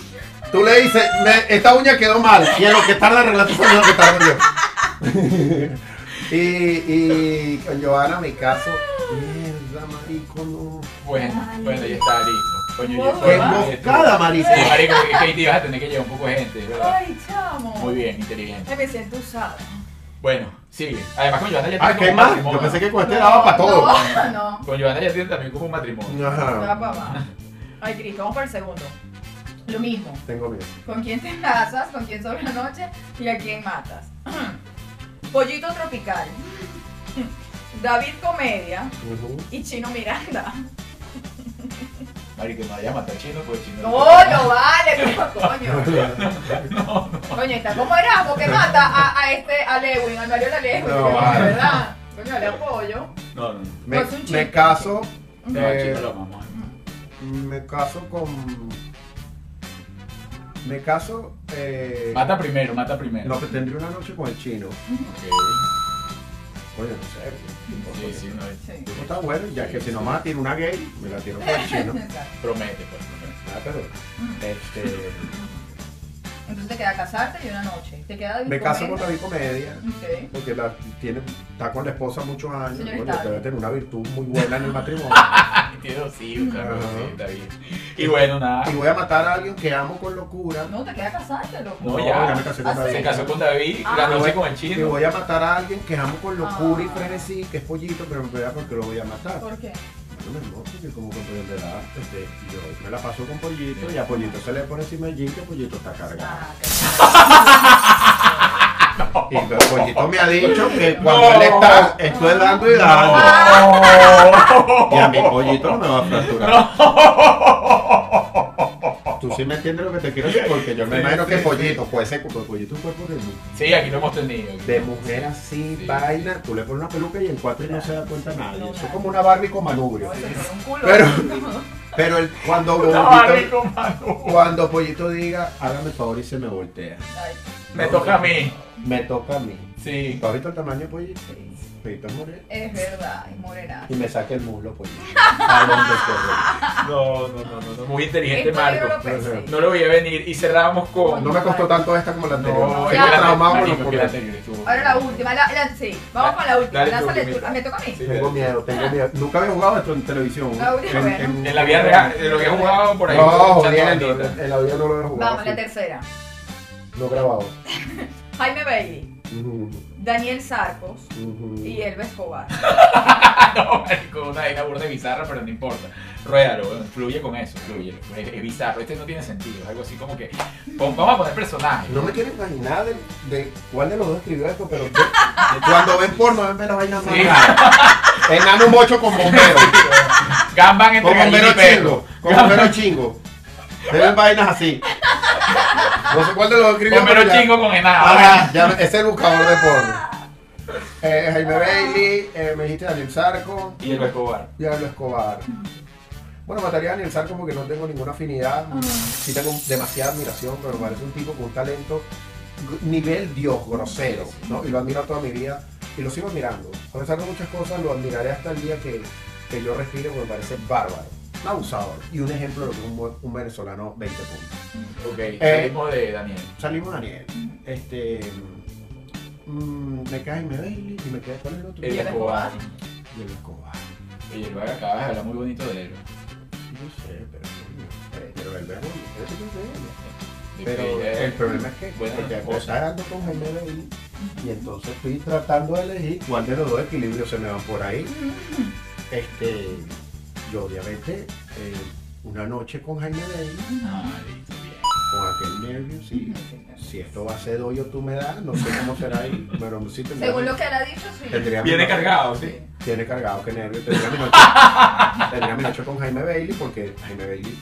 Speaker 2: tú le dices, me- esta uña quedó mal, y en lo que tarda arreglando eso es lo que tarda yo. Y, y con Giovanna me caso, mierda, marico, no.
Speaker 1: Bueno, bueno, ya está listo. Coño, yo
Speaker 2: Qué
Speaker 1: soy
Speaker 2: emboscada, marico.
Speaker 1: Marico, que Katie vas a tener que llevar un poco de gente, ¿verdad?
Speaker 3: Ay, chamo.
Speaker 1: Muy bien, inteligente.
Speaker 3: Ay, Me siento usada.
Speaker 1: Bueno, sigue. Además con Johanna ya tiene
Speaker 2: Ah,
Speaker 1: como
Speaker 2: ¿qué
Speaker 1: un
Speaker 2: más?
Speaker 1: matrimonio.
Speaker 2: Yo pensé que con este daba para todo.
Speaker 3: No, no.
Speaker 1: Con Johanna ya tiene también como un matrimonio.
Speaker 3: No va
Speaker 2: Ajá,
Speaker 3: para más. Ay, Cristo, vamos para el segundo. Lo mismo.
Speaker 2: tengo miedo.
Speaker 3: ¿Con quién te casas? ¿Con quién sobre la noche? ¿Y a quién matas? Pollito Tropical. David Comedia
Speaker 2: Ujú.
Speaker 3: y Chino Miranda.
Speaker 1: Marico, no, ya mata a chino, pues chino.
Speaker 3: No, no vale, pero coño.
Speaker 1: No, no.
Speaker 3: Coño, está como Erasmo que mata a, a este, a Lewin, al Mario de Lewin,
Speaker 2: No,
Speaker 3: que,
Speaker 2: vale.
Speaker 3: ¿verdad? Coño, le apoyo.
Speaker 1: No, no.
Speaker 2: Me,
Speaker 3: No, es un chiste.
Speaker 2: me caso,
Speaker 1: No,
Speaker 2: Eh,
Speaker 1: chino lo amamos.
Speaker 2: me caso con... Me caso... Eh,
Speaker 1: Mata primero, mata primero.
Speaker 2: no, que tendría una noche con el chino.
Speaker 1: Ok.
Speaker 2: Oye, no sé.
Speaker 1: Sí, sí, no,
Speaker 3: Sí.
Speaker 2: Eso Está bueno, ya que si nomás tiene una gay, me la tiro con el chino.
Speaker 3: Exacto.
Speaker 1: promete, pues. promete.
Speaker 2: Ah, pero, este,
Speaker 3: Entonces te queda casarte y una noche. Te queda David
Speaker 2: me caso con
Speaker 3: Comedia.
Speaker 2: David Comedia,
Speaker 3: Ok.
Speaker 2: porque la, tiene, está con la esposa muchos años,
Speaker 3: Señor
Speaker 2: bueno,
Speaker 3: Estable.
Speaker 2: debe tener una virtud muy buena en el matrimonio.
Speaker 1: sentido, Ah, sí, claro, sí, está bien. Ah, Y bueno, nada.
Speaker 2: Y voy a matar a alguien que amo con locura.
Speaker 3: No, te queda casarte, loco.
Speaker 1: No, ya.
Speaker 2: me casé con
Speaker 3: Ah, sí.
Speaker 1: Se
Speaker 2: David.
Speaker 1: casó con David,
Speaker 3: Ah.
Speaker 1: la
Speaker 2: Me
Speaker 1: noche
Speaker 2: voy-
Speaker 1: con el
Speaker 2: Y
Speaker 1: chino.
Speaker 2: voy a matar a alguien que amo con locura y
Speaker 3: Ah.
Speaker 2: frenesí, que es pollito, pero me pelea porque lo voy a matar.
Speaker 3: ¿Por qué?
Speaker 2: No me enojo, que como campeón de la este, yo me la paso con pollito y a pollito se le pone encima el jean que pollito está cargado.
Speaker 3: Ah,
Speaker 2: Y el pollito me ha dicho que
Speaker 3: No.
Speaker 2: cuando él está, estoy dando y dando.
Speaker 1: Oh.
Speaker 2: Y a mi pollito no me va a fracturar. Tú sí me entiendes lo que te quiero decir, porque yo me
Speaker 1: Sí,
Speaker 2: imagino
Speaker 1: sí,
Speaker 2: que
Speaker 1: sí.
Speaker 2: pollito puede ser porque pollito es un cuerpo de mujer.
Speaker 1: Sí, aquí lo hemos tenido.
Speaker 2: De mujer así,
Speaker 1: Sí.
Speaker 2: vaina, tú le pones una peluca y en cuatro y no se da cuenta nadie.
Speaker 3: No,
Speaker 2: Eso es
Speaker 3: nadie.
Speaker 2: como una Barbie con manubrio.
Speaker 3: no, eso es un culo.
Speaker 2: Pero- Pero el, cuando
Speaker 1: Estaba
Speaker 2: pollito,
Speaker 1: rico, mano.
Speaker 2: cuando pollito diga, hágame el favor y se me voltea.
Speaker 3: Ay,
Speaker 1: Me toca a mí.
Speaker 2: Me toca a mí.
Speaker 1: Sí.
Speaker 2: ¿Tú has visto el tamaño de pollito?
Speaker 3: sí.
Speaker 2: Pollito es moreno.
Speaker 3: Es verdad, es morena.
Speaker 2: Y me saca el muslo pollito. A donde
Speaker 1: No, no, no, no, no. Muy inteligente,
Speaker 3: Esto yo
Speaker 1: este Marco.
Speaker 3: lo pensé.
Speaker 1: No lo veía venir y cerramos
Speaker 2: corre.
Speaker 1: con.
Speaker 2: No me costó tanto esta como pues. la anterior.
Speaker 1: No,
Speaker 3: Ya.
Speaker 1: es que la-
Speaker 2: traumado con
Speaker 1: marico,
Speaker 2: los
Speaker 1: que la
Speaker 2: culos.
Speaker 1: anterior estuvo-
Speaker 3: Ahora la última, la, la- sí, vamos con la última.
Speaker 1: Dale tú,
Speaker 3: Lánzale tú.
Speaker 1: Mimita.
Speaker 3: Ah, ¿Me toca a mí?
Speaker 1: Sí,
Speaker 2: Tengo
Speaker 1: dale.
Speaker 2: miedo, tengo miedo. Nunca había jugado esto en televisión.
Speaker 3: Ah, bueno,
Speaker 2: en,
Speaker 3: bueno.
Speaker 1: En la vida real, de lo que he jugado por ahí.
Speaker 2: No,
Speaker 1: muchas
Speaker 2: jodiendo.
Speaker 1: banditas.
Speaker 2: En la vida no lo había jugado.
Speaker 3: Vamos, la
Speaker 2: sí.
Speaker 3: tercera.
Speaker 2: No grabado.
Speaker 3: Jaime Bailey,
Speaker 2: Ujú,
Speaker 3: Daniel Sarcos
Speaker 2: ujú.
Speaker 3: y Elba Escobar.
Speaker 1: Ah, No, marico, una vaina burda y bizarra, pero no importa. Ruédalo, weón, fluye con eso, fluye. Es, es bizarro, este no tiene sentido, es algo así como que. pon- vamos a poner personajes.
Speaker 2: No me quiero imaginar de, de cuál de los dos escribió esto, pero yo- cuando ven porno, ven las vainas más
Speaker 1: Sí.
Speaker 2: raras. Enano mocho con bombero.
Speaker 1: Gamban entre
Speaker 2: Con
Speaker 1: gallina
Speaker 2: bombero
Speaker 1: y perro.
Speaker 2: chingo. Con bombero chingo. Deben vainas así. No sé cuál de los dos escribió.
Speaker 1: Bombero
Speaker 2: pero ya-
Speaker 1: chingo con
Speaker 2: Ah,
Speaker 1: enada.
Speaker 2: ya, es el buscador de porno. Eh, Jaime Bailey, eh, me dijiste Daniel Sarco.
Speaker 1: Y el Escobar.
Speaker 2: Diablo Escobar. Bueno, mataría a Daniel Sarco porque no tengo ninguna afinidad. Sí tengo demasiada admiración, pero me parece un tipo con un talento g- nivel Dios, grosero. ¿no? Y lo admiro toda mi vida y lo sigo admirando. A pesar de muchas cosas, lo admiraré hasta el día que, que yo respire porque me parece bárbaro. Un abusador. Y un ejemplo de lo que es un, buen- un venezolano 20 puntos.
Speaker 1: Ok,
Speaker 2: Eh,
Speaker 1: salimos de Daniel.
Speaker 2: Salimos Daniel. Este. mm, me cae Jaime Bailey y me queda con el otro.
Speaker 1: El Escobar.
Speaker 2: Diablo Escobar.
Speaker 1: Y el Escobar acabas de hablar muy bonito de él.
Speaker 2: No sé, pero coño, eh, pero el verbo, eso es de ella.
Speaker 1: De
Speaker 2: Pero
Speaker 1: que ella-
Speaker 2: el problema es que
Speaker 1: buena
Speaker 2: porque
Speaker 1: esposa.
Speaker 2: me está dando con Jaime ahí y entonces estoy tratando de elegir cuál de los dos equilibrios se me van por ahí. Este, yo obviamente eh, una noche con Jaime Bailey,
Speaker 1: Ah, listo, bien.
Speaker 2: con aquel nervio, sí. Si esto va a ser hoy o tú me das, no sé cómo será ahí, pero sí tendría,
Speaker 3: Según lo que él ha dicho, sí.
Speaker 2: tendría mi
Speaker 1: Viene
Speaker 2: noche-
Speaker 1: cargado, sí.
Speaker 2: Tiene cargado, que nervio, tendría mi noche, tendría mi noche con Jaime Bailey porque Jaime Bailey,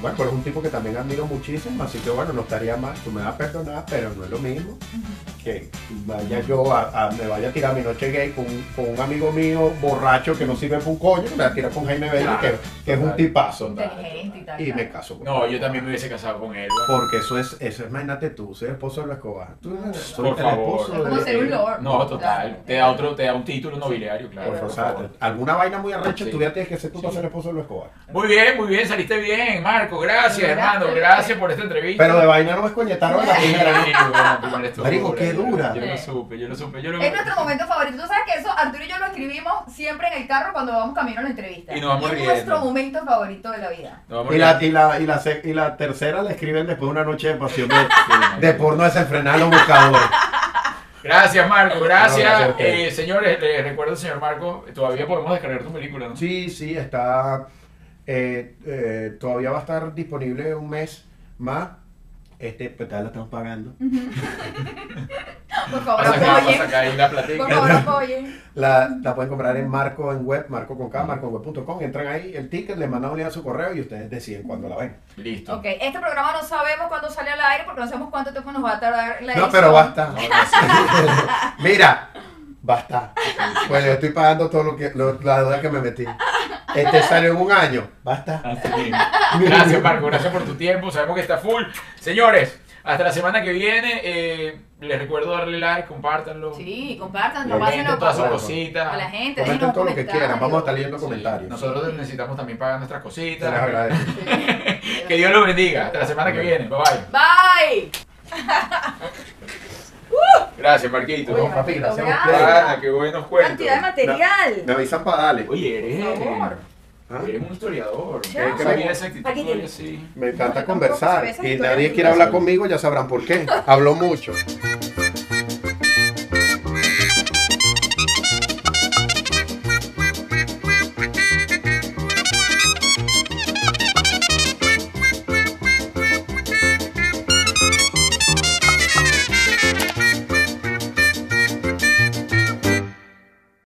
Speaker 2: bueno, pero es un tipo que también admiro muchísimo, así que bueno, no estaría mal, tú me vas a perdonar, pero no es lo mismo que vaya yo a, a- me vaya a tirar mi noche gay con, un- con un amigo mío borracho que no sirve para un coño, me va a tirar con Jaime Bailey,
Speaker 1: Claro,
Speaker 2: que, que es un
Speaker 1: total.
Speaker 2: tipazo,
Speaker 3: Inteligente y tal.
Speaker 2: y
Speaker 3: tal.
Speaker 2: me caso con
Speaker 1: No, yo también me hubiese casado con él. weón.
Speaker 2: Porque eso es, eso es, imagínate tú, soy el esposo de los Escobar, tú eres soy
Speaker 1: Por
Speaker 2: el
Speaker 1: favor.
Speaker 2: esposo
Speaker 3: Es como
Speaker 2: de-
Speaker 3: ser un lord.
Speaker 1: No, total. Te da otro, te da un título nobiliario, claro.
Speaker 2: Por
Speaker 1: por
Speaker 2: favor, o sea,
Speaker 1: favor.
Speaker 2: alguna vaina muy arrecha
Speaker 1: Sí.
Speaker 2: tú ya tienes que ser tú para
Speaker 1: Sí.
Speaker 2: ser esposo de los Escobar.
Speaker 1: Muy bien, muy bien, saliste bien, Marco. Gracias,
Speaker 3: Gracias.
Speaker 1: hermano. Gracias por esta entrevista.
Speaker 2: Pero de vaina no me escoñetaron en la
Speaker 1: Sí,
Speaker 2: primera. ¿no?
Speaker 1: bueno, la primera estuvo
Speaker 2: Marico, qué dura.
Speaker 1: Yo lo supe, yo lo supe, yo lo
Speaker 3: Es nuestro momento favorito. Tú sabes que eso Arturo y yo lo escribimos siempre en el carro cuando vamos camino a la entrevista.
Speaker 1: Y nos vamos
Speaker 3: es
Speaker 1: riendo.
Speaker 3: nuestro momento favorito de la vida.
Speaker 1: No, vamos
Speaker 2: Y la,
Speaker 1: bien.
Speaker 2: y, la, y, la, sec- y la tercera la escriben después de una noche de pasión de,
Speaker 1: Sí, marico.
Speaker 2: de porno desenfrenado buscador.
Speaker 1: Gracias, Marco. Gracias.
Speaker 2: No, gracias a ustedes.
Speaker 1: Eh, señores, les recuerdo, señor Marco, todavía podemos descargar tu película, ¿no?
Speaker 2: Sí, sí, está. eh, eh, todavía va a estar disponible un mes más. Este, pues ya la estamos pagando.
Speaker 1: Vas
Speaker 3: Por favor,
Speaker 1: a sacar, vas a
Speaker 3: apoyen.
Speaker 1: sacar ahí la
Speaker 3: Por
Speaker 1: platica.
Speaker 3: favor, apoyen.
Speaker 2: La, la pueden comprar en Marco en web, Marco con K, marcoweb.com. Entran ahí el ticket, le mandan un link a su correo y ustedes deciden cuándo la ven.
Speaker 1: Listo.
Speaker 3: Ok, este programa no sabemos cuándo sale al aire porque no sabemos cuánto tiempo nos va a tardar la
Speaker 2: No,
Speaker 3: edición.
Speaker 2: pero basta.
Speaker 1: No, gracias.
Speaker 2: Mira, basta. Bueno, yo estoy pagando todo lo que lo- la deuda que me metí. Este sale en un año. Basta.
Speaker 1: Así mismo. Gracias, Marco. Gracias por tu tiempo. Sabemos que está full. Señores, hasta la semana que viene. Eh, les recuerdo darle like, compártanlo.
Speaker 3: Sí, compartan, no
Speaker 1: Comenten
Speaker 3: pásenlo
Speaker 1: todas sus
Speaker 3: por-
Speaker 2: favor.
Speaker 1: cositas.
Speaker 3: a la gente.
Speaker 2: Comenten
Speaker 3: déjenos
Speaker 2: todo lo que quieran.
Speaker 3: comentarios.
Speaker 2: Vamos a estar leyendo
Speaker 1: Sí.
Speaker 2: comentarios.
Speaker 1: Nosotros necesitamos también pagar nuestras cositas.
Speaker 2: Se les agradece.
Speaker 3: Sí.
Speaker 1: Que Dios los bendiga. Hasta la semana que viene. Bye bye.
Speaker 3: Bye.
Speaker 1: Gracias, Marquito.
Speaker 2: Oye, papi, gracias a
Speaker 3: Marquito,
Speaker 2: ustedes.
Speaker 1: Ah, qué buenos cuentos.
Speaker 3: Cantidad de material.
Speaker 2: Me avisan para darle.
Speaker 1: Oye, eres.
Speaker 3: Por favor.
Speaker 2: ¿Ah?
Speaker 1: Eres un historiador.
Speaker 3: Ya.
Speaker 1: Yo sabía esa actitud
Speaker 4: Aquí tiene.
Speaker 1: tuya, sí.
Speaker 2: Me
Speaker 3: No,
Speaker 2: encanta
Speaker 3: tampoco,
Speaker 2: conversar
Speaker 3: pero esas
Speaker 2: y
Speaker 3: historias
Speaker 2: nadie
Speaker 3: no
Speaker 2: quiere hablar son-
Speaker 3: son-
Speaker 2: conmigo, ya sabrán por qué. Hablo mucho.